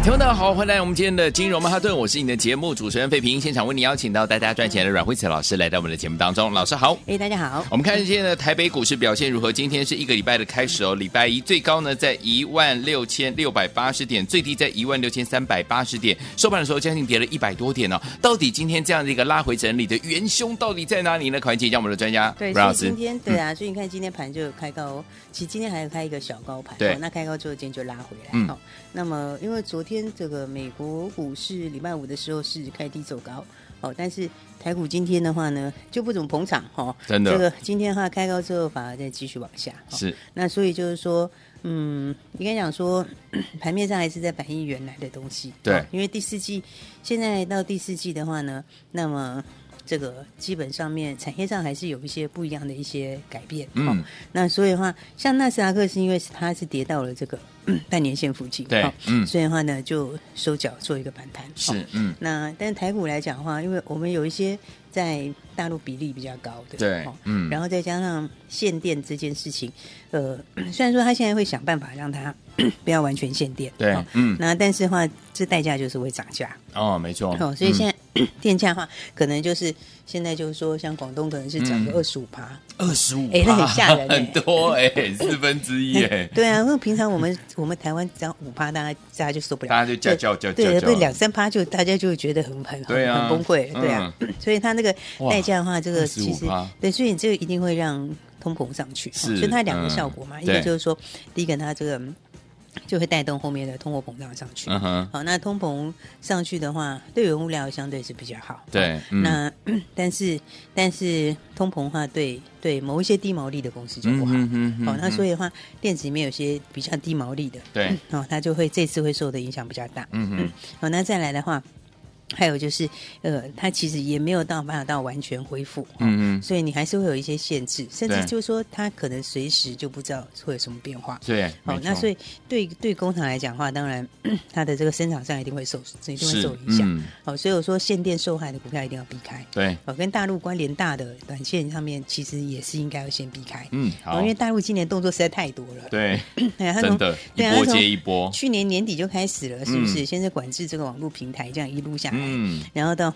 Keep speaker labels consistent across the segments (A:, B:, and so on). A: 听众大家好，欢迎来我们今天的金融曼哈顿，我是你的节目主持人费平，现场为你邀请到带大家赚钱的阮慧慈老师来到我们的节目当中，老师好。
B: 哎、大家好。
A: 我们看今天的台北股市表现如何？今天是一个礼拜的开始哦，礼拜一最高呢在一万六千六百八十点，最低在一万六千三百八十点，收盘的时候将近跌了一百多点哦。到底今天这样的一个拉回整理的元凶到底在哪里呢？赶紧让我们的嗯专家
B: 对，
A: 阮老
B: 所以
A: 师
B: 今。天对啊，所以你看今天盘就开高哦，其实今天还有开一个小高盘，
A: 对
B: 哦那开高之后今天就拉回来。
A: 嗯
B: 哦，那么因为昨天这个美国股市礼拜五的时候是开低走高，哦，但是台股今天的话呢就不怎么捧场哦，
A: 真的
B: 这个今天的话开高之后反而再继续往下，哦
A: 是
B: 那所以就是说，嗯，应该讲说，盘面上还是在反映原来的东西。
A: 对
B: 哦因为第四季现在到第四季的话呢，那么这个基本上面产业上还是有一些不一样的一些改变。哦
A: 嗯，
B: 那所以的话，像纳斯达克是因为它是跌到了这个 嗯半年线附近，
A: 对
B: 哦
A: 嗯
B: 所以的话呢就收脚做一个反弹。哦
A: 是嗯
B: 那但台股来讲的话，因为我们有一些在大陆比例比较高的，
A: 对
B: 哦
A: 嗯
B: 然后再加上限电这件事情，呃， 虽然说他现在会想办法让它 不要完全限电，
A: 对
B: 哦
A: 嗯
B: 那但是的话，这代价就是会涨价，
A: 哦，没错
B: 哦，所以现
A: 在
B: 在。 电价的话，可能就是现在就是说，像广东可能是涨
A: 嗯
B: 个二十五趴，
A: 二十五，
B: 哎那很 吓人哎
A: 很多哎，四分之 一哎，
B: 对啊，因为平常我们 我们台湾只要五趴，大家大家就受不了，
A: 大家就叫叫叫叫
B: 对，
A: 叫
B: 被两三趴就大家就会觉得很很
A: 对啊嗯
B: 很很崩溃，对啊， 所以它那个
A: 哇
B: 代价的话，这个其实
A: 25%
B: 对，所以你这个一定会让通膨上去，哦
A: 是
B: 所以它两个效果嘛，
A: 嗯
B: 一个
A: 对
B: 就是说，第一个它这个嗯就会带动后面的通货膨胀上去，
A: 嗯哼，
B: 好，那通膨上去的话，对原物料相对是比较好，
A: 对，嗯
B: 那 但是但是通膨的话，对对某一些低毛利的公司就不好。
A: 嗯哼哼
B: 哦，那所
A: 以
B: 以的话，电子里面有些比较低毛利的，
A: 对，
B: 哦，它就会这次会受的影响比较大。
A: 嗯哼，
B: 哦，那再来的话，还有就是，呃，它其实也没有到办法到完全恢复，哦
A: 嗯哼，
B: 所以你还是会有一些限制，甚
A: 对
B: 至就是说它可能随时就不知道会有什么变化。
A: 对，
B: 哦
A: 嗯没，
B: 那
A: 错
B: 所以对对工厂来讲的话，当然 它的这个生产上一定会受，一定会
A: 是
B: 受影响。
A: 嗯
B: 哦，所以我说限电受害的股票一定要避开。
A: 对，
B: 哦，跟大陆关联大的短线上面，其实也是应该要先避开。
A: 嗯，
B: 哦，
A: 好
B: 因，为大陆今年动作实在太多了。
A: 对，
B: 哎，它
A: 真
B: 从
A: 的，一
B: 对啊
A: 波
B: 它从
A: 接一波，
B: 去年年底就开始了，是不是？
A: 嗯
B: 先是管制这个网络平台，这样一路下来，
A: 嗯，
B: 然后到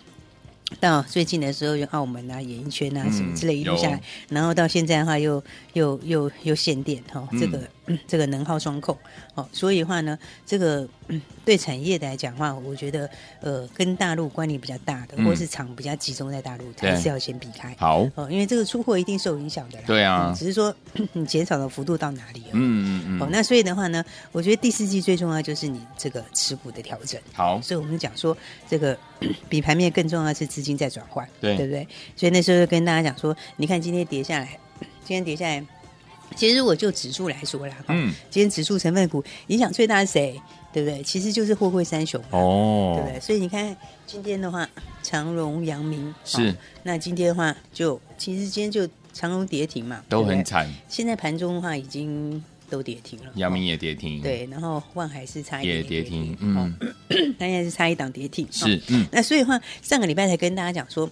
B: 到最近的时候，就澳门啊、演艺圈啊
A: 嗯
B: 什么之类一路下来
A: 有，
B: 然后到现在的话又，又又又限电哈、哦
A: 嗯
B: 这个、嗯这个能耗双控哦，所以的话呢，这个、嗯对产业来讲的话，我觉得呃，跟大陆关联比较大的，
A: 嗯
B: 或是厂比较集中在大陆，
A: 对
B: 还是要先避开。
A: 好，
B: 哦，因为这个出货一定受影响的啦。
A: 对啊
B: 嗯只是说 你减少的幅度到哪里而已
A: 嗯嗯
B: 哦，
A: 嗯，
B: 那所以的话呢，我觉得第四季最重要就是你这个持股的调整。
A: 好，
B: 所以我们讲说，这个 比盘面更重要的是资金在转换，
A: 对
B: 对不对？所以那时候就跟大家讲说，你看今天跌下来，今天跌下来，其实如果就指数来说啦，嗯，
A: 嗯，
B: 今天指数成分股影响最大是谁？对不对？其实就是货柜三雄，对
A: 哦
B: 不，对？所以你看今天的话，长荣、阳明
A: 是
B: 哦那今天的话就其实今天就长荣跌停嘛，
A: 都
B: 对不对
A: 很惨，
B: 现在盘中的话已经都跌停了，
A: 姚明
B: 哦
A: 也跌停，，
B: 对，然后万海是差一点
A: 也
B: 点
A: 跌停，
B: 哦
A: 嗯，
B: 它现在是差一档跌停。哦
A: 是，嗯，
B: 那所以的话，上个礼拜才跟大家讲说，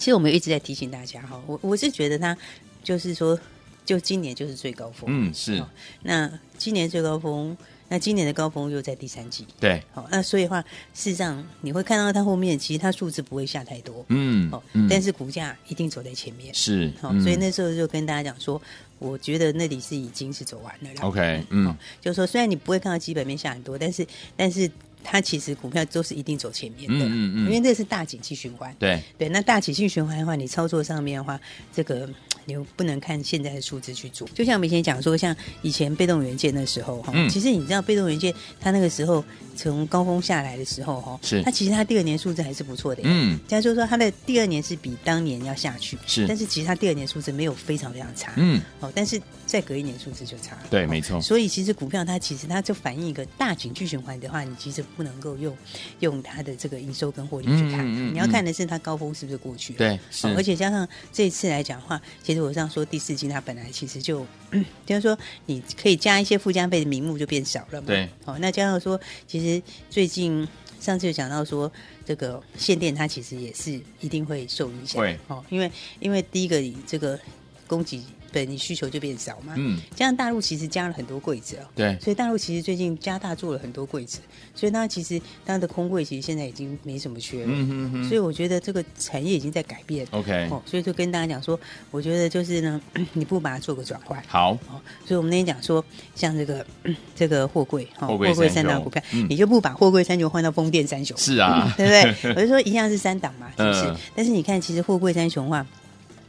B: 其实我们一直在提醒大家哈，我我是觉得它就是说，就今年就是最高峰。
A: 嗯，是
B: 哦，那今年最高峰，那今年的高峰又在第三季。
A: 对，
B: 好、那所以的话，事实上你会看到它后面，其实它数字不会下太多。
A: 嗯
B: 哦，，
A: 嗯
B: 但是股价一定走在前面。
A: 是，
B: 好、
A: 嗯
B: 所以那时候就跟大家讲说，我觉得那里是已经是走完了啦。
A: ，OK，嗯
B: 哦，就是说虽然你不会看到基本面下很多，但是但是它其实股票都是一定走前面的，
A: 嗯嗯嗯
B: 因为这是大景气循环。
A: 对，
B: 对，那大景气循环的话，你操作上面的话，这个嗯你又不能看现在的数字去做。就像我们以前讲说，像以前被动元件那时候哈，
A: 嗯
B: 其实你知道被动元件它那个时候从高峰下来的时候哈，
A: 是
B: 它其实它第二年数字还是不错的。
A: 嗯，
B: 人家就说它的第二年是比当年要下去，
A: 是
B: 但是其实它第二年数字没有非常非常差，
A: 嗯，
B: 哦，但是再隔一年数字就差了，
A: 对
B: 哦
A: 没错
B: 所以其实股票它其实它就反映一个大景气循环的话，你其实不能够用用它的这个营收跟获利去看，
A: 嗯嗯嗯
B: 你要看的是它高峰是不是过去了。
A: 对，
B: 哦
A: 是，
B: 而且加上这一次来讲的话，其实我这样说第四季它本来其实就，嗯就是说你可以加一些附加费的名目就变少了嘛。
A: 对。
B: 哦，那加上说，其实最近上次有讲到说，这个限电它其实也是一定会受影响。
A: 会
B: 哦，因为因为第一个你这个供给本你需求就变少嘛。
A: 嗯，
B: 加上大陆其实加了很多柜子哦。
A: 对，
B: 所以大陆其实最近加大做了很多柜子，所以它其实它的空柜其实现在已经没什么缺了。
A: 嗯哼哼
B: 所以我觉得这个产业已经在改变。
A: ，OK，
B: 哦，所以就跟大家讲说，我觉得就是呢， 你不把它做个转换。
A: 好，
B: 哦，所以我们那天讲说，像这个嗯这个货柜，哈、
A: 货柜三
B: 三大
A: 雄
B: 股票，
A: 嗯
B: 你就不把货柜三雄换到风电三雄，，
A: 是啊
B: 对 不对？我就说一样是三档嘛，是不是？
A: 嗯
B: 但是你看，其实货柜三雄的话，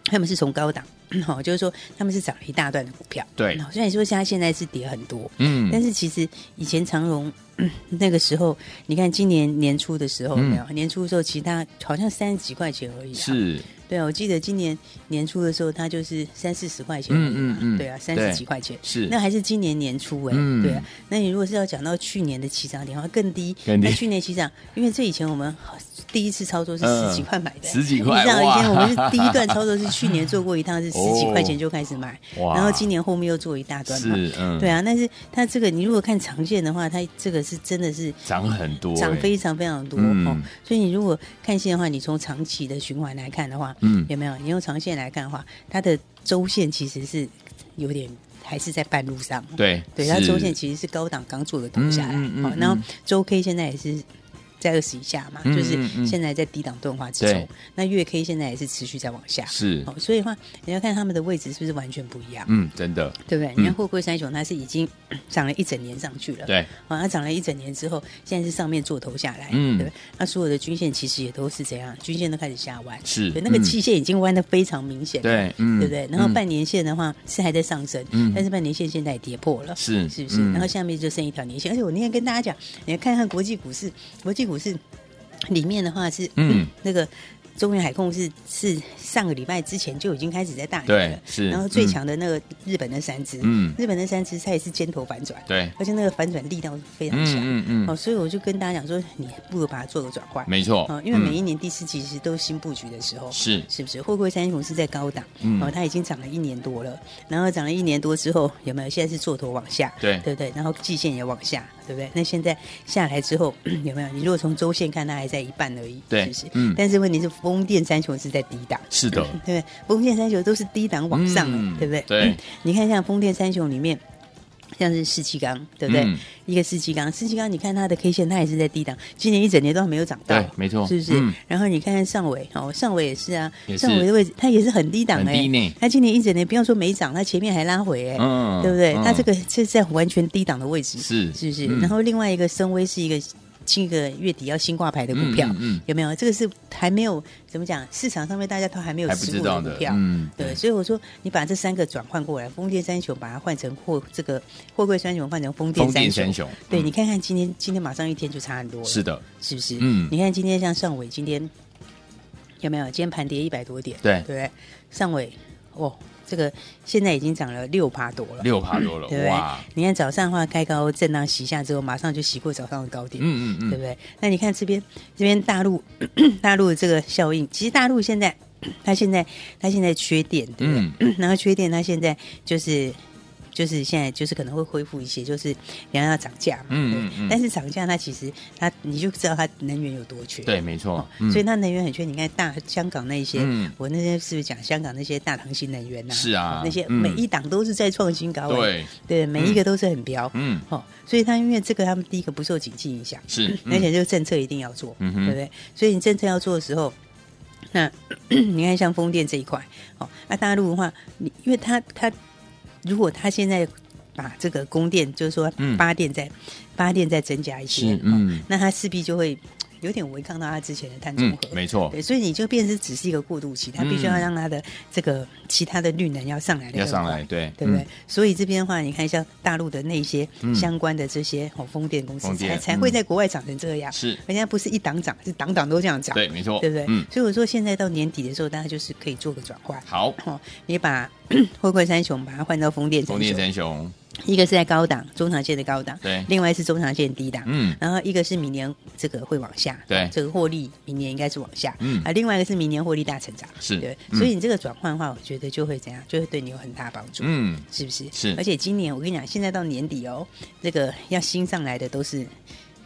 B: 他们是从高档， 哦，就是说他们是涨了一大段的股票，
A: 对
B: 哦虽然说它现在是跌很多，
A: 嗯，
B: 但是其实以前长荣 那个时候，你看今年年初的
A: 嗯
B: 时候，有没有、年初的时候，其实它好像三十几块钱而已、啊，
A: 是，
B: 对啊，我记得今年年初的时候，它就是三四十块钱而已
A: 嗯
B: 嘛，
A: 嗯嗯
B: 对啊，
A: 对
B: 三十几块钱，
A: 是
B: 那还是今年年初哎、
A: 嗯
B: 对啊。那你如果是要讲到去年的起涨点的话，更低，
A: 更低
B: 那去年起涨，因为这以前我们好第一次操作是
A: 嗯
B: 十几块买的、
A: 十几块
B: 你知道
A: 哇
B: 以前我们是第一段操作是去年做过一趟是十几块钱就开始买，
A: 哇
B: 然后今年后面又做一大段嘛，
A: 哦是，嗯，
B: 对，啊。但是它这个你如果看长线的话，它这个是真的是
A: 涨很多，
B: 涨
A: 哎
B: 非常非常多、
A: 嗯
B: 哦。所以你如果看线的话，你从长期的循环来看的话，
A: 嗯
B: 有没有？你用长线来看的话，它的周线其实是有点还是在半路上。
A: 对，
B: 对，它
A: 是
B: 周线其实是高档刚做的动下来，
A: 嗯嗯嗯
B: 哦
A: 嗯，
B: 然后周 K 现在也是。在二十以下嘛，
A: 嗯
B: 就是
A: 嗯嗯
B: 现在在低档钝化之中
A: 对。
B: 那月 K 现在也是持续在往下，
A: 是，
B: 哦，所以的话，你要看他们的位置是不是完全不一样，
A: 嗯，真的，
B: 对不对？你看货柜三雄，它是已经 涨了一整年上去了，
A: 对，
B: 好、它涨了一整年之后，现在是上面做头下来，
A: 嗯
B: 对不对，那所有的均线其实也都是怎样，均线都开始下弯，
A: 是
B: 对，那个
A: 嗯
B: 期限已经弯的非常明显，，
A: 对，嗯，
B: 对不对？然后
A: 嗯
B: 半年线的话、是还在上升，
A: 嗯
B: 但是半年线现在也跌破了，
A: 是
B: 是不是？
A: 嗯
B: 然后下面就剩一条年线，而且我那天跟大家讲，你要看看国际股市，国际股市里面的话是，
A: 嗯
B: 那个中原海控是是上个礼拜之前就已经开始在大跌了
A: 对，，是，
B: 然后最
A: 嗯，
B: 强的那个日本那三只，
A: 嗯
B: 日本那三只它也是尖头反转，
A: 对，
B: 而且那个反转力道是非常强。
A: 嗯嗯
B: 哦，
A: 嗯，
B: 所以我就跟大家讲说，你不如把它做个转换。
A: 没错
B: 哦，，因为每一
A: 嗯
B: 年第四季其实都是新布局的时候，
A: 是
B: 是不是？货柜三雄是在高档，
A: 嗯
B: 哦，它已经涨了一年多了，然后涨了一年多之后，有没有？现在是做头往下，
A: 对
B: 对不对？然后季线也往下，对不对？那现在下来之后， 有没有？你如果从周线看，它还在一半而已，
A: 对
B: 是不是？
A: 嗯
B: 但是问题是，风电三雄是在低档，
A: 是的，
B: 对不对？风电三雄都是低档往上的，
A: 嗯
B: 对不对？
A: 对
B: 你看像风电三雄里面，像是四七钢，对不对？
A: 嗯
B: 一个四七钢，四七钢，你看它的 K 线，它也是在低档，今年一整年都还没有涨到，
A: 对没错
B: 是不是？
A: 嗯
B: 然后你看看上尾，哦，上尾也是啊，
A: 也是
B: 上尾的位置它也是很低档
A: 很
B: 哎、
A: 低呢
B: 它今年一整年不要说没涨，它前面还拉回哎、
A: 嗯
B: 对不对？
A: 嗯
B: 它这个是在完全低档的位置，
A: 是
B: 是不是？
A: 嗯
B: 然后另外一个深威是一个这个月底要新挂牌的股票，
A: 嗯嗯嗯
B: 有没有？这个是还没有怎么讲，市场上面大家都还没有
A: 还不
B: 持
A: 知
B: 股
A: 道
B: 股
A: 的，
B: 票，
A: 嗯，
B: 对，所以我说你把这三个转换过来，风电三雄把它换成货这个货柜三雄换成风电
A: 风
B: 三
A: 电
B: 雄，
A: 三雄，
B: 对
A: 嗯
B: 你看看今天今天马上一天就差很多了，
A: 是，的，
B: 是不是？
A: 嗯
B: 你看今天像上尾今天有没有？今天盘跌一百多点，
A: 对
B: 对不对？上尾哦，这个现在已经涨了六趴多了，
A: 六趴多了
B: 嗯对不，对
A: 哇，？
B: 你看早上的话开高震荡洗一下之后，马上就洗过早上的高点，
A: 嗯嗯嗯，
B: 对不对？那你看这边这边大陆 大陆的这个效应，其实大陆现在 它现在它现在缺电，对不对？
A: 嗯
B: 然后缺电，它现在就是。就是现在，就是可能会恢复一些，就是原来要涨价嘛，
A: 嗯
B: 对
A: 嗯嗯
B: 但是涨价它其实它你就知道它能源有多缺，
A: 对，没错，
B: 所以
A: 嗯
B: 它能源很缺。你看大香港那些，
A: 嗯
B: 我那天是不是讲香港那些大唐新能源呐、
A: 是啊
B: 哦那些
A: 嗯
B: 每一档都是在创新高、欸，
A: 对，
B: 对，每一个都是很标，
A: 嗯
B: 哦，所以它因为这个，他们第一个不受景气影响，
A: 是，嗯
B: 而且这个政策一定要做，
A: 嗯哼
B: 对不对？所以你政策要做的时候，那 你看像风电这一块，哦，那大陆的话，你因为它它如果它现在把这个供电，就是说
A: 嗯
B: 发电再、发电再增加一些
A: 是，嗯
B: 哦那它势必就会有点违抗到它之前的碳中和。
A: 嗯没错，
B: 对，所以你就变成只是一个过渡期，它必须要
A: 嗯
B: 让它的这个其他的绿能要上来的，
A: 要上来，对
B: 对不对？
A: 嗯
B: 所以这边的话，你看像大陆的那些
A: 嗯
B: 相关的这些哦风电公司
A: 风电
B: 才才
A: 嗯
B: 会在国外涨成这样，
A: 是，
B: 人家不是一档涨，是档档都这样涨，
A: 对，没错，
B: 对不对？
A: 嗯，
B: 所以我说现在到年底的时候，大家就是可以做个转换。
A: 好，
B: 哦，你把 汇贵三雄把它换到风电三
A: 风
B: 雄，
A: 电三雄，
B: 一个是在高档中长线的高档，
A: 对
B: 另外是中长线低档，
A: 嗯
B: 然后一个是明年这个会往下，
A: 对
B: 这个获利明年应该是往下，
A: 嗯
B: 啊，另外一个是明年获利大成长，
A: 是
B: 对，
A: 嗯
B: 所以你这个转换的话，我觉得就会怎样，就会对你有很大帮助，
A: 嗯，
B: 是不是？
A: 是
B: 而且今年我跟你讲，现在到年底哦，这个要新上来的都是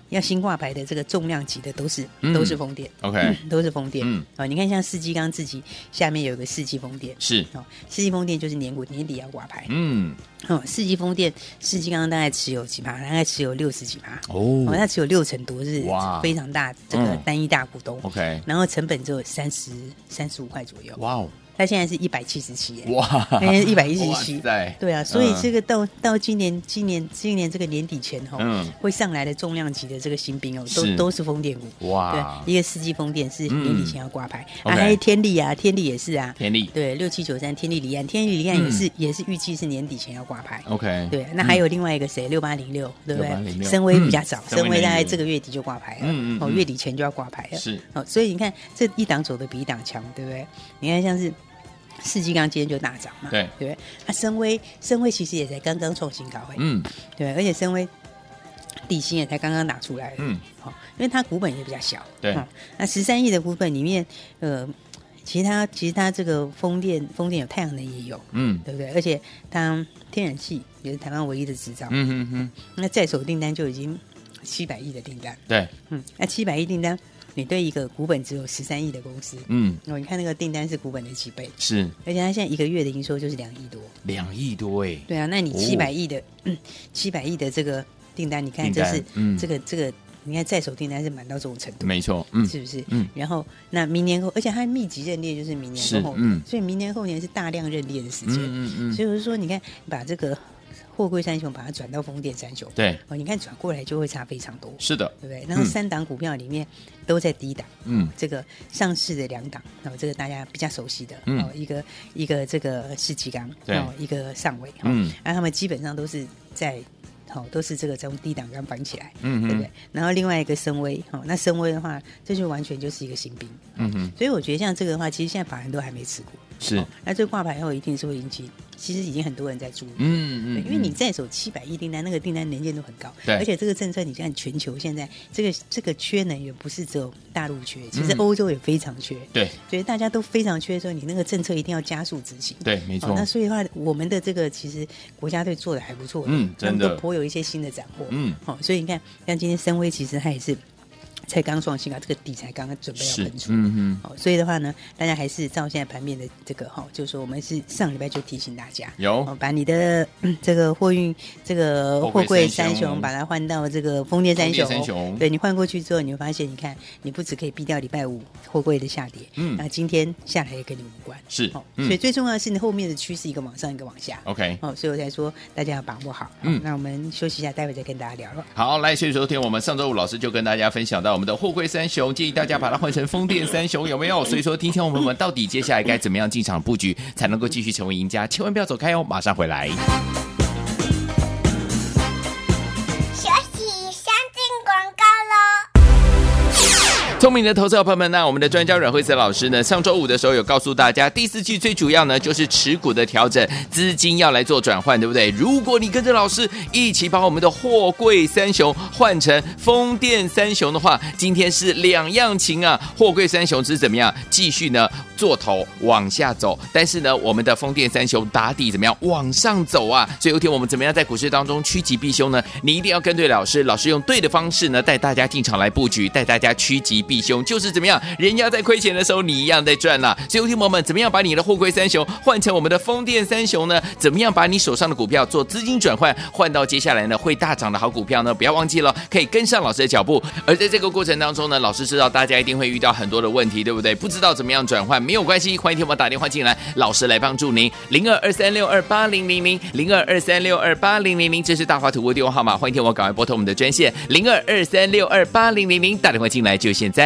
B: 要新挂牌的这个重量级的都是、
A: 嗯
B: 都是风电
A: OK
B: 都是风电，
A: 嗯
B: 哦，你看像世纪刚自己下面有一个世纪风电。
A: 是，
B: 哦，世纪风电就是年股年底要挂牌，
A: 嗯，
B: 哦，世纪风电，世纪刚刚大概持有几趴，大概持有六十几趴，哦，
A: 哦
B: 那持有六成多是
A: 哇
B: 非常大这个
A: 嗯
B: 单一大股东，
A: ，OK，
B: 然后成本只有三十三十五块左右，
A: 哇哦，
B: 它现在是一百七十七，
A: 哇，
B: 它现在一百一十
A: 哇
B: 七，
A: 塞，
B: 对啊，所以
A: 嗯
B: 这个到到今年今年今年这个年底前哦，
A: 嗯
B: 会上来的重量级的这个新兵哦，
A: 是
B: 都都是风电股，
A: 哇
B: 对，一个世纪风电是年底前要挂牌，
A: 嗯 OK
B: 啊，还有天利啊，天利也是啊，
A: 田力嗯
B: 对，六七九三天利离岸，天利离岸也是、也是预计是年底前要挂牌。
A: ，OK，
B: 对，那
A: 嗯
B: 还有另外一个谁，六八零六，对不对？
A: 6806
B: 深威比较早，
A: 嗯
B: 深威大
A: 深威那
B: 概
A: 一年
B: 这个月底就挂牌了，
A: 嗯嗯
B: 哦，
A: 嗯
B: 月底前就要挂牌了，
A: 是
B: 哦，所以你看这一档走的比一档强，对不对？你看像是世纪刚今天就大涨嘛，
A: 对
B: 对不对？那深威，深威其实也才刚刚创新高哎，
A: 嗯
B: 对，而且深威底薪也才刚刚打出来，
A: 嗯，
B: 好、因为它股本也比较小，
A: 对
B: 哦那十三亿的股本里面，呃，其他其实它这个风电，风电有太阳能也有，
A: 嗯
B: 对不对？而且它天然气也是台湾唯一的制造，
A: 嗯嗯嗯，
B: 那在手订单就已经七百亿的订单，
A: 对，
B: 嗯，那七百亿订单，你对一个股本只有十三亿的公司，
A: 嗯
B: 哦，你看那个订单是股本的几倍，
A: 是
B: 而且它现在一个月的营收就是两亿多，
A: 两亿多哎，
B: 对啊，那你
A: 哦
B: 七百亿的嗯七百亿的这个订单，你看
A: 订
B: 这
A: 单
B: 是、
A: 嗯
B: 这个这个，你看在手订单是满到这种程度，
A: 没错，嗯
B: 是不是？
A: 嗯
B: 然后那明年后，而且它密集认列就是明年
A: 是
B: 跟后年，
A: 嗯
B: 所以明年后年是大量认列的时间。
A: 嗯嗯嗯，
B: 所以我就说，你看把这个货柜三雄把它转到风电三雄，
A: 对，
B: 哦，你看转过来就会差非常多，
A: 是的
B: 对，不对？然后三档股票里面都在低档。
A: 嗯
B: 这个上市的两档，然后这个大家比较熟悉的，
A: 嗯
B: 哦，一个一个这个世纪钢，
A: 对
B: 哦，一个上尾，哦
A: 嗯，
B: 然后他们基本上都是在，哦，都是这个从低档刚绑起来，
A: 嗯
B: 对不
A: 嗯
B: 对？然后另外一个深威，哦，那深威的话，这就完全就是一个新兵，
A: 嗯嗯，
B: 所以我觉得像这个的话，其实现在法人都还没持股，
A: 是，
B: 哦那这挂牌后一定是会引起，其实已经很多人在注意。
A: 嗯
B: 对
A: 嗯，
B: 因为你在手七百亿订单，那个订单年限都很高，
A: 对
B: 而且这个政策，你看全球现在这个这个缺能源不是只有大陆缺，其实
A: 嗯
B: 欧洲也非常缺，
A: 对
B: 所以大家都非常缺的时候，你那个政策一定要加速执行。
A: 对，没
B: 哦
A: 错
B: 那，所以的话，我们的这个其实国家队做的还不错，
A: 嗯
B: 他们
A: 真的
B: 都颇有一些新的斩获，
A: 嗯
B: 好、所以你看，像今天深威其实它也是才刚创新啊，这个底才刚刚准备要
A: 是
B: 喷，出，
A: 嗯嗯，
B: 哦，所以的话呢，大家还是照现在盘面的这个哈、就是说我们是上礼拜就提醒大家，哦
A: 有，
B: 把你的、嗯这个货运这个
A: 货
B: 货
A: 柜
B: 柜
A: 三
B: 三雄
A: 雄
B: 把它换到这个风电三雄，
A: 风电三雄
B: 对你换过去之后，你会发现，你看你不只可以避掉礼拜五货柜的下跌，
A: 嗯
B: 那今天下来也跟你无关，
A: 是
B: 哦，
A: 嗯
B: 所以最重要的是你后面的趋势一个往上一个往下。
A: ，OK。
B: 哦，所以我才说大家要把握好。
A: 嗯
B: 嗯，那我们休息一下，待会再跟大家聊了。
A: 好，来，所以昨天我们上周五老师就跟大家分享到我们的货柜三雄，建议大家把它换成风电三雄，有没有？所以说，听天我们到底接下来该怎么样进场布局，才能够继续成为赢家？千万不要走开哦，马上回来。
C: 学习先进广告喽。
A: 聪明的投资者朋友们，那我们的专家阮慧慈老师呢，上周五的时候有告诉大家，第四季最主要呢就是持股的调整，资金要来做转换，对不对？如果你跟着老师一起把我们的货柜三雄换成风电三雄的话，今天是两样情啊。货柜三雄是怎么样？继续呢做头往下走，但是呢，我们的风电三雄打底怎么样往上走啊？所以有一天我们怎么样在股市当中趋吉避凶呢？你一定要跟对老师，老师用对的方式呢带大家进场来布局，带大家趋吉避。弟兄，就是怎么样，人家在亏钱的时候，你一样在赚啦。所以，听众朋友们，怎么样把你的货柜三雄换成我们的风电三雄呢？怎么样把你手上的股票做资金转换，换到接下来呢会大涨的好股票呢？不要忘记了，可以跟上老师的脚步。而在这个过程当中呢，老师知道大家一定会遇到很多的问题，对不对？不知道怎么样转换，没有关系，欢迎听我们打电话进来，老师来帮助您。零二二三六二八零零零零二二三六二八零零零，这是大华图的电话号码，欢迎听我赶快拨通我们的专线零二二三六二八零零零，打电话进来就现在。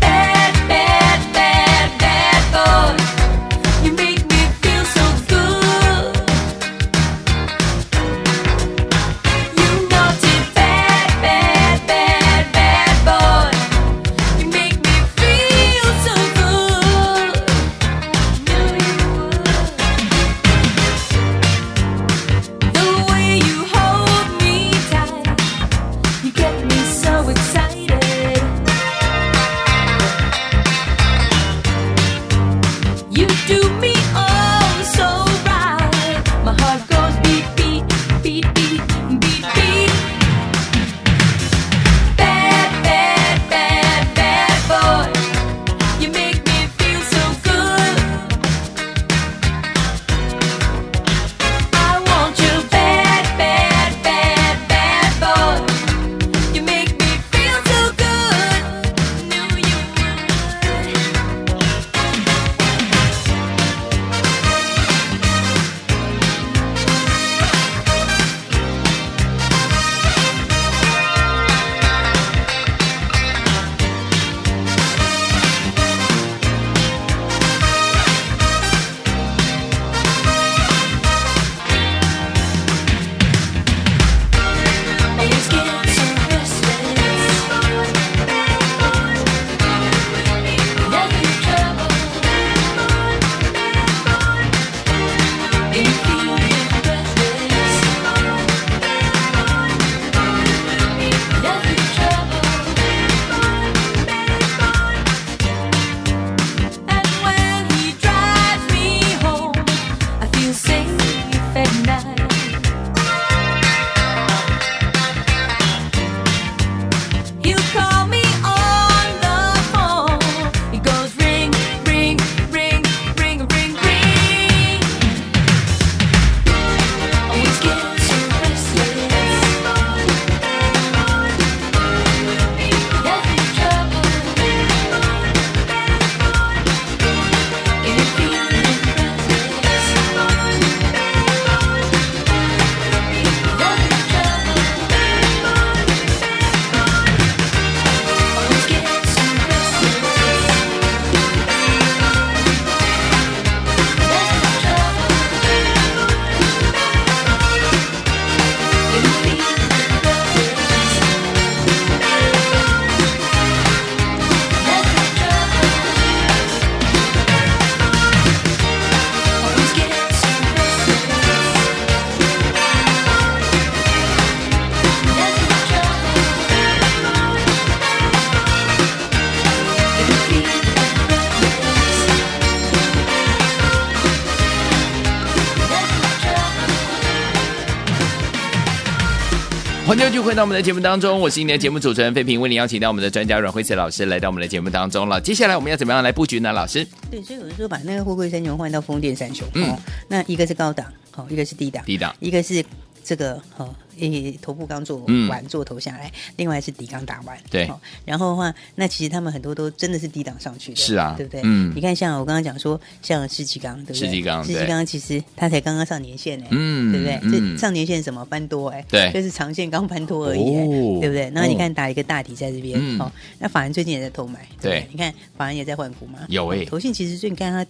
D: Bad, bad, bad, bad boy. You make me feel so good.
A: 欢迎就回到我们的节目当中，我是你的节目主持人费平，为你邀请到我们的专家阮慧慈老师来到我们的节目当中了。接下来我们要怎么样来布局呢？老师，
B: 对，所以有人说把那个货柜三雄换到风电三雄，
A: 嗯
B: 哦，那一个是高档，哦，一个是低档，
A: 低档
B: 一个是这个哦，一头部刚做
A: 嗯
B: 完、做头下来，另外是底刚打完，
A: 对
B: 哦，然后的话，那其实他们很多都真的是低档上去的，
A: 是啊
B: 对不对？
A: 嗯
B: 你看像我刚刚讲说，像世纪刚，对不对？
A: 世纪钢
B: 世纪
A: 对
B: 刚其实它才刚刚上年线呢，
A: 嗯
B: 对不对？
A: 嗯
B: 这上年线什么翻多哎，
A: 对
B: 就是长线刚翻多而已哎，
A: 哦
B: 对不对？那你
A: 哦
B: 看打一个大底在这边
A: 嗯，
B: 哦，那法人最近也在偷买，不
A: 对
B: 你看法人也在换股嘛，哦
A: 有哎
B: 投信其实最近看它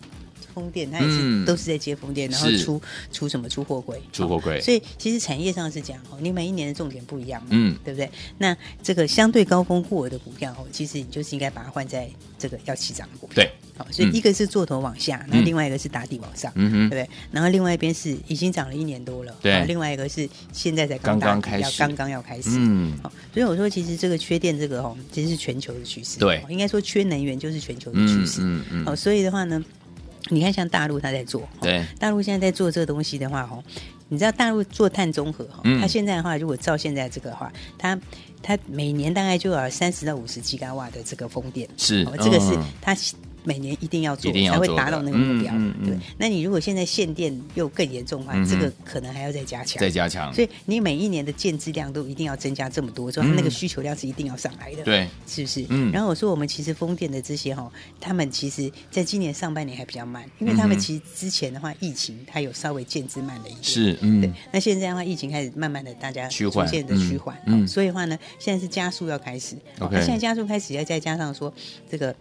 B: 风电，它也是、
A: 嗯
B: 都是在接风电，然后
A: 是
B: 出出什么出货柜，
A: 出货柜
B: 所以其实产业上是这样哦，你每一年的重点不一样嘛，
A: 嗯
B: 对不对？那这个相对高峰过额的股票哦，其实你就是应该把它换在这个要起涨的股票。
A: 对，
B: 好，所以
A: 嗯
B: 一个是做头往下，那、另外一个是打底往上，
A: 嗯哼
B: 对不对？然后另外一边是已经涨了一年多了，
A: 对
B: 好另外一个是现在才刚
A: 刚刚
B: 打底
A: 开
B: 要
A: 始
B: 刚刚要开始，
A: 嗯，
B: 好，所以我说，其实这个缺电这个哦，其实是全球的趋势。
A: 对
B: 哦应该说缺能源就是全球的趋
A: 嗯
B: 势。
A: 嗯
B: 好，
A: 嗯，
B: 所以的话呢，你看像大陆它在做，哦
A: 对，
B: 大陆现在在做这个东西的话，哦，你知道大陆做碳中和哈，
A: 嗯
B: 它现在的话，如果照现在这个的话，它它每年大概就有三十到五十吉瓦瓦的这个风电，
A: 是
B: 哦，这个是
A: 嗯
B: 它每年一定要做，
A: 一定要
B: 才会
A: 做的
B: 达到那个目标。
A: 嗯嗯嗯
B: 对，那你如果现在限电又更严重的话，
A: 嗯哼
B: 这个可能还要再加强。
A: 再加强，
B: 所以你每一年的建制量都一定要增加这么多，所以它
A: 嗯
B: 那个需求量是一定要上来的，，
A: 对，
B: 是不是？
A: 嗯
B: 然后我说我们其实风电的这些哈，他们其实在今年上半年还比较慢，因为他
A: 嗯
B: 们
A: 哼
B: 其实之前的话疫情它有稍微建制慢了一点，。
A: 是，
B: 对
A: 嗯，，
B: 那现在的话，疫情开始慢慢的大家
A: 趋
B: 逐
A: 缓
B: 渐的
A: 嗯
B: 趋缓，
A: 嗯
B: 哦所以的话呢，现在是加速要开始。哦
A: OK
B: 那现在加速开始，要再加上说这个。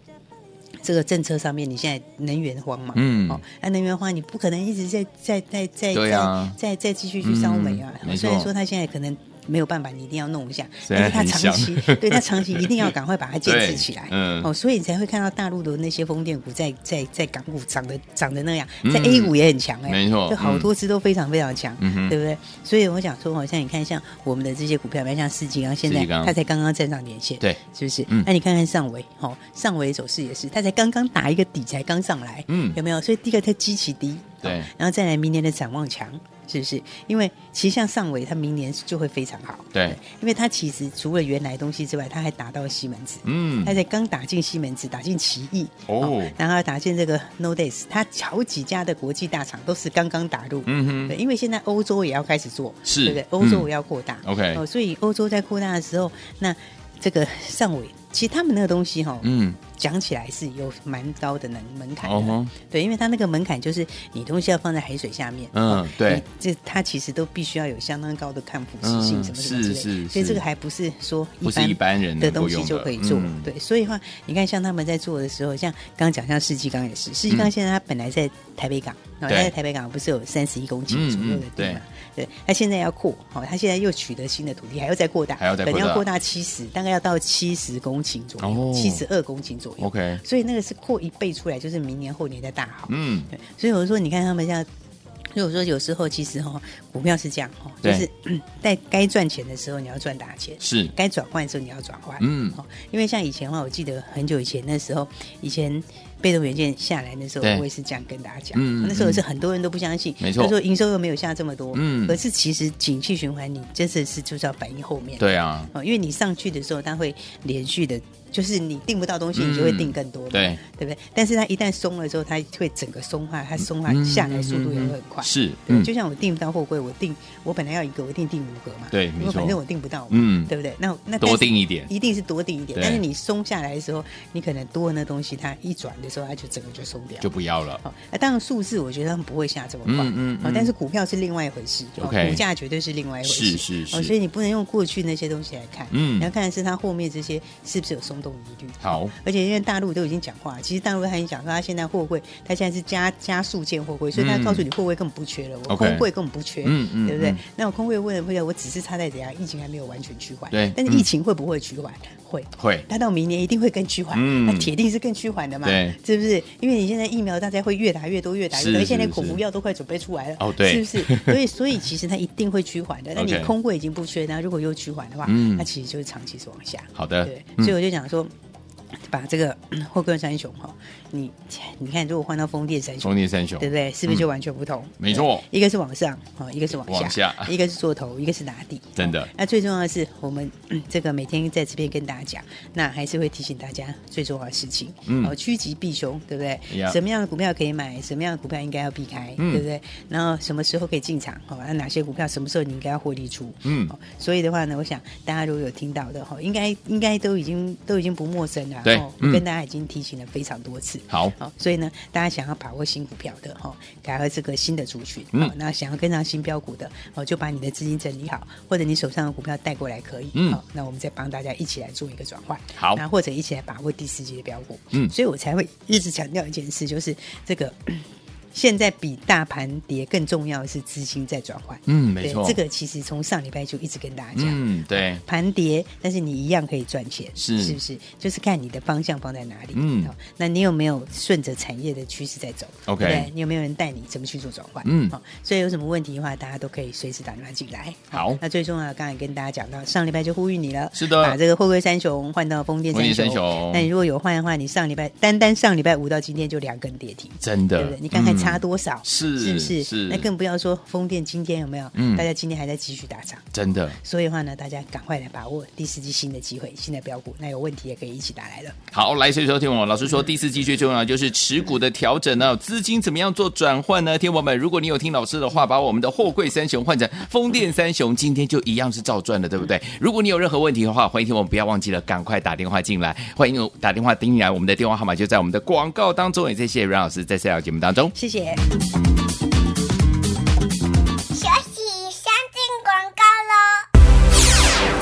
B: 这个政策上面，你现在能源荒嘛，
A: 嗯
B: 哦，那能源荒你不可能一直在在在在
A: 对啊
B: 在在再继续去烧煤啊
A: 嗯。没错
B: 虽然说它现在可能没有办法，你一定要弄一下，
A: 虽然
B: 但是它
A: 很
B: 长期
A: 想
B: 对它长期一定要赶快把它建制起来，
A: 对嗯
B: 哦，所以你才会看到大陆的那些风电股在在在港股涨得涨得那样，在
A: 嗯
B: A 股也很强哎，
A: 没错
B: 就好
A: 嗯
B: 多。公司都非常非常强，
A: 嗯哼
B: 对不对？所以我想说，好像你看，像我们的这些股票，比如像世纪刚，现
A: 世
B: 在
A: 纪刚
B: 它才刚刚站上年线，
A: 对，
B: 是不是？
A: 嗯
B: 那你看看上维，哦，上维的走势也是，它才刚刚打一个底，才刚上来，
A: 嗯
B: 有没有？所以第一个它基期低，
A: 对
B: 哦然后再来明年的展望强。是不是？因为其实像上维，它明年就会非常好。
A: 对，
B: 因为它其实除了原来东西之外，它还打到西门子。
A: 嗯
B: 他，才刚打进西门子，打进奇异
A: 哦
B: 然后打进这个 No Days，他好几家的国际大厂都是刚刚打入，
A: 嗯哼
B: 对，因为现在欧洲也要开始做，
A: 是
B: 对不对？欧洲
A: 嗯
B: 也要扩大、
A: OK
B: 哦，所以欧洲在扩大的时候，那这个上尾，其实他们那个东西哈、
A: 嗯，
B: 讲起来是有蛮高的门门槛的
A: 哦吼
B: 对，因为它那个门槛就是你东西要放在海水下面，
A: 嗯
B: 哦
A: 对，
B: 你这它其实都必须要有相当高的抗腐蚀性
A: 嗯
B: 什么什么之类
A: 是
B: 的，
A: 是
B: 所以这
A: 是
B: 个还不是说
A: 不是一般人
B: 的
A: 能够
B: 东西
A: 用
B: 就
A: 的
B: 可以做，
A: 嗯
B: 对，所以的话，你看像他们在做的时候，像刚刚讲像世纪钢也是，世纪钢
A: 嗯
B: 现在它本来在台北港，哦，它
A: 对
B: 在台北港不是有三十一公
A: 嗯
B: 顷左右的
A: 嗯
B: 地嘛，对，它现在要扩，哦，它现在又取得新的土地，还要再扩大，
A: 还要再
B: 可能
A: 扩大
B: 要扩大七十，大概要到七十公顷左
A: 哦
B: 右，七十二公顷左右
A: OK
B: 所以那个是扩一倍出来，就是明年后年再大好，
A: 嗯，
B: 对，所以我说，你看他们像，所以我说有时候其实哈、哦，股票是这样哈、哦，就
A: 对
B: 是 在该赚钱的时候你要赚大钱，
A: 是
B: 该转换的时候你要转换，
A: 嗯
B: 哦，因为像以前的话，我记得很久以前那时候，以前被动元件下来那时候，
A: 对
B: 我也是这样跟大家讲，
A: 嗯嗯嗯
B: 那时候是很多人都不相信，
A: 没错
B: 那时候营收又没有下这么多，
A: 嗯
B: 可是其实景气循环你真的是就是要反映后面，
A: 对啊，
B: 哦，因为你上去的时候，它会连续的，就是你订不到东西，
A: 嗯
B: 你就会订更多嘛，
A: 对
B: 对不对？但是它一旦松了之后，它会整个松化，它松化
A: 嗯
B: 下来速度也会很快。
A: 是，
B: 对
A: 嗯
B: 就像我订不到货柜，我订我本来要一个，我订订五个嘛，
A: 对
B: 因
A: 没
B: 为
A: 错
B: 反正我订不到嘛，
A: 嗯
B: 对不对？那那
A: 多
B: 但是
A: 订一点
B: 一定是多订一点。
A: 对
B: 但是你松下来的时候，你可能多的那东西，它一转的时候，它就整个就松掉，
A: 就不要了，
B: 哦，啊当然数字我觉得他们不会下这么快，
A: 嗯嗯
B: 哦
A: 嗯，
B: 但是股票是另外一回事
A: OK
B: 股价绝对是另外一回事，
A: 是是是
B: 哦，所以你不能用过去那些东西来看，
A: 嗯
B: 你要看的是它后面这些是不是有松动疑虑。
A: 好
B: 哦而且因为大陆都已经讲话，其实大陆他已经讲说，他现在货柜，他现在是加加速建货柜，所以他
A: 嗯
B: 告诉你货柜根本不缺了，我
A: OK
B: 空柜根本不缺，
A: 嗯嗯
B: 对不对
A: 嗯？
B: 那我空柜为了为了，我只是差在怎样，疫情还没有完全趋缓，
A: 对
B: 但是
A: 嗯
B: 疫情会不会趋缓？会，
A: 会，
B: 它到明年一定会更趋缓，
A: 嗯
B: 那铁定是更趋缓的嘛，
A: 对
B: 是不是？因为你现在疫苗大家会越打越多，越打越
A: 是
B: 多，而且现在
A: 是
B: 口服
A: 是
B: 药都快准备出来了，
A: 哦对
B: 是不是？ 所以所以其实它一定会趋缓的。那你
A: OK
B: 空柜已经不缺，那如果又趋缓的话，
A: 嗯
B: 那其实就是长期是往下。
A: 好的
B: 对，，
A: 嗯
B: 所以我就讲说。把这个嗯霍克三雄哈，你你看，如果换到风电三雄
A: 充，电三雄
B: 对，不对？是不是就完全不同？
A: 嗯没错
B: 对一个是往上哦，一个是往下，
A: 往下
B: 一个是做头，一个是打底。
A: 真的
B: 哦那最重要的是，我们嗯这个每天在这边跟大家讲，那还是会提醒大家最重要的事情，
A: 嗯
B: 哦，趋吉避凶，对不对
A: Yeah？
B: 什么样的股票可以买，什么样的股票应该要避开，
A: 嗯
B: 对不对？然后什么时候可以进场？哦，那哪些股票什么时候你应该要获利出？
A: 嗯
B: 哦，所以的话呢，我想大家如果有听到的哈，哦应该应该都已经都已经不陌生了，
A: 对
B: 哦
A: 嗯
B: 我跟大家已经提醒了非常多次。
A: 好，
B: 好、所以呢，大家想要把握新股票的哈，改和这个新的族群，
A: 嗯
B: 好那想要跟上新标股的哦，就把你的资金整理好，或者你手上的股票带过来可以，
A: 嗯
B: 好，那我们再帮大家一起来做一个转换，
A: 好
B: 那或者一起来把握第四季的标股，
A: 嗯
B: 所以我才会一直强调一件事，就是这个。现在比大盘跌更重要的是资金在转换，
A: 嗯，
B: 对
A: 没错，
B: 这个其实从上礼拜就一直跟大家讲，
A: 嗯，对，
B: 盘跌，但是你一样可以赚钱，
A: 是
B: 是不是？就是看你的方向放在哪里。
A: 嗯
B: 好，那你有没有顺着产业的趋势在走
A: OK
B: 对不对你有没有人带你怎么去做转换？
A: 嗯
B: 好，所以有什么问题的话，大家都可以随时打电话进来。哦
A: 好
B: 那最重要的，刚才跟大家讲到，上礼拜就呼吁你了，
A: 是的
B: 把这个货柜三雄换到风电
A: 风
B: 三
A: 电
B: 雄。
A: 三雄
B: 那你如果有换的话，你上礼拜单单上礼拜五到今天就两根跌停。
A: 真
B: 对
A: 的
B: 不对？，你看看差
A: 嗯
B: 多少，
A: 是
B: 是不是？
A: 是
B: 那更不要说风电今天有没有？
A: 嗯
B: 大家今天还在继续打涨。
A: 真的
B: 所以的话呢，大家赶快来把握第四季新的机会、新的标股，那有问题也可以一起打来了。
A: 好，来，所以说听我老师说，第四季最重要的就是持股的调整呢，资金怎么样做转换呢？听我们，如果你有听老师的话，把我们的货柜三雄换成风电三雄，今天就一样是照赚的，对不对？如果你有任何问题的话，欢迎听我们不要忘记了，赶快打电话进来，欢迎有打电话进来，我们的电话号码就在我们的广告当中，也谢谢阮老师在这档节目当中。
B: 谢谢。
C: 学习先进广告喽。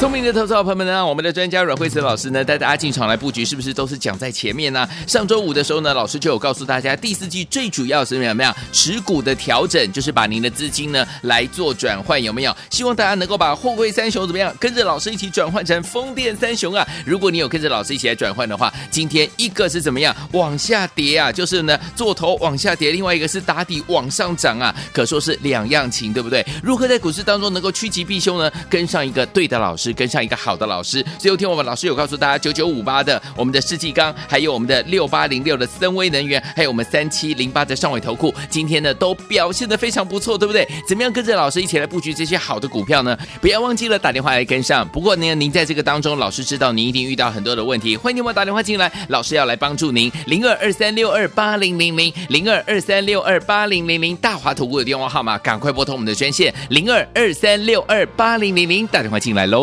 A: 聪明的投资好朋友们呢，我们的专家阮慧慈老师呢，带大家进场来布局，是不是都是讲在前面呢、上周五的时候呢，老师就有告诉大家，第四季最主要是怎么样持股的调整，就是把您的资金呢来做转换，有没有？希望大家能够把货柜三雄怎么样，跟着老师一起转换成风电三雄啊！如果你有跟着老师一起来转换的话，今天一个是怎么样往下跌啊，就是呢做头往下跌，另外一个是打底往上涨啊，可说是两样情，对不对？如何在股市当中能够趋吉避凶呢？跟上一个对的老师，跟上一个好的老师。所以有天我们老师有告诉大家，九九五八的我们的世纪钢，还有我们的六八零六的森威能源，还有我们三七零八的上尾投库，今天呢都表现的非常不错，对不对？怎么样跟着老师一起来布局这些好的股票呢？不要忘记了打电话来跟上。不过呢，您在这个当中，老师知道您一定遇到很多的问题，欢迎你们打电话进来，老师要来帮助您。零二二三六二八零零零零二二三六二八零零零大华投顾的电话号码，赶快拨通我们的专线零二二三六二八零零零，打电话进来喽。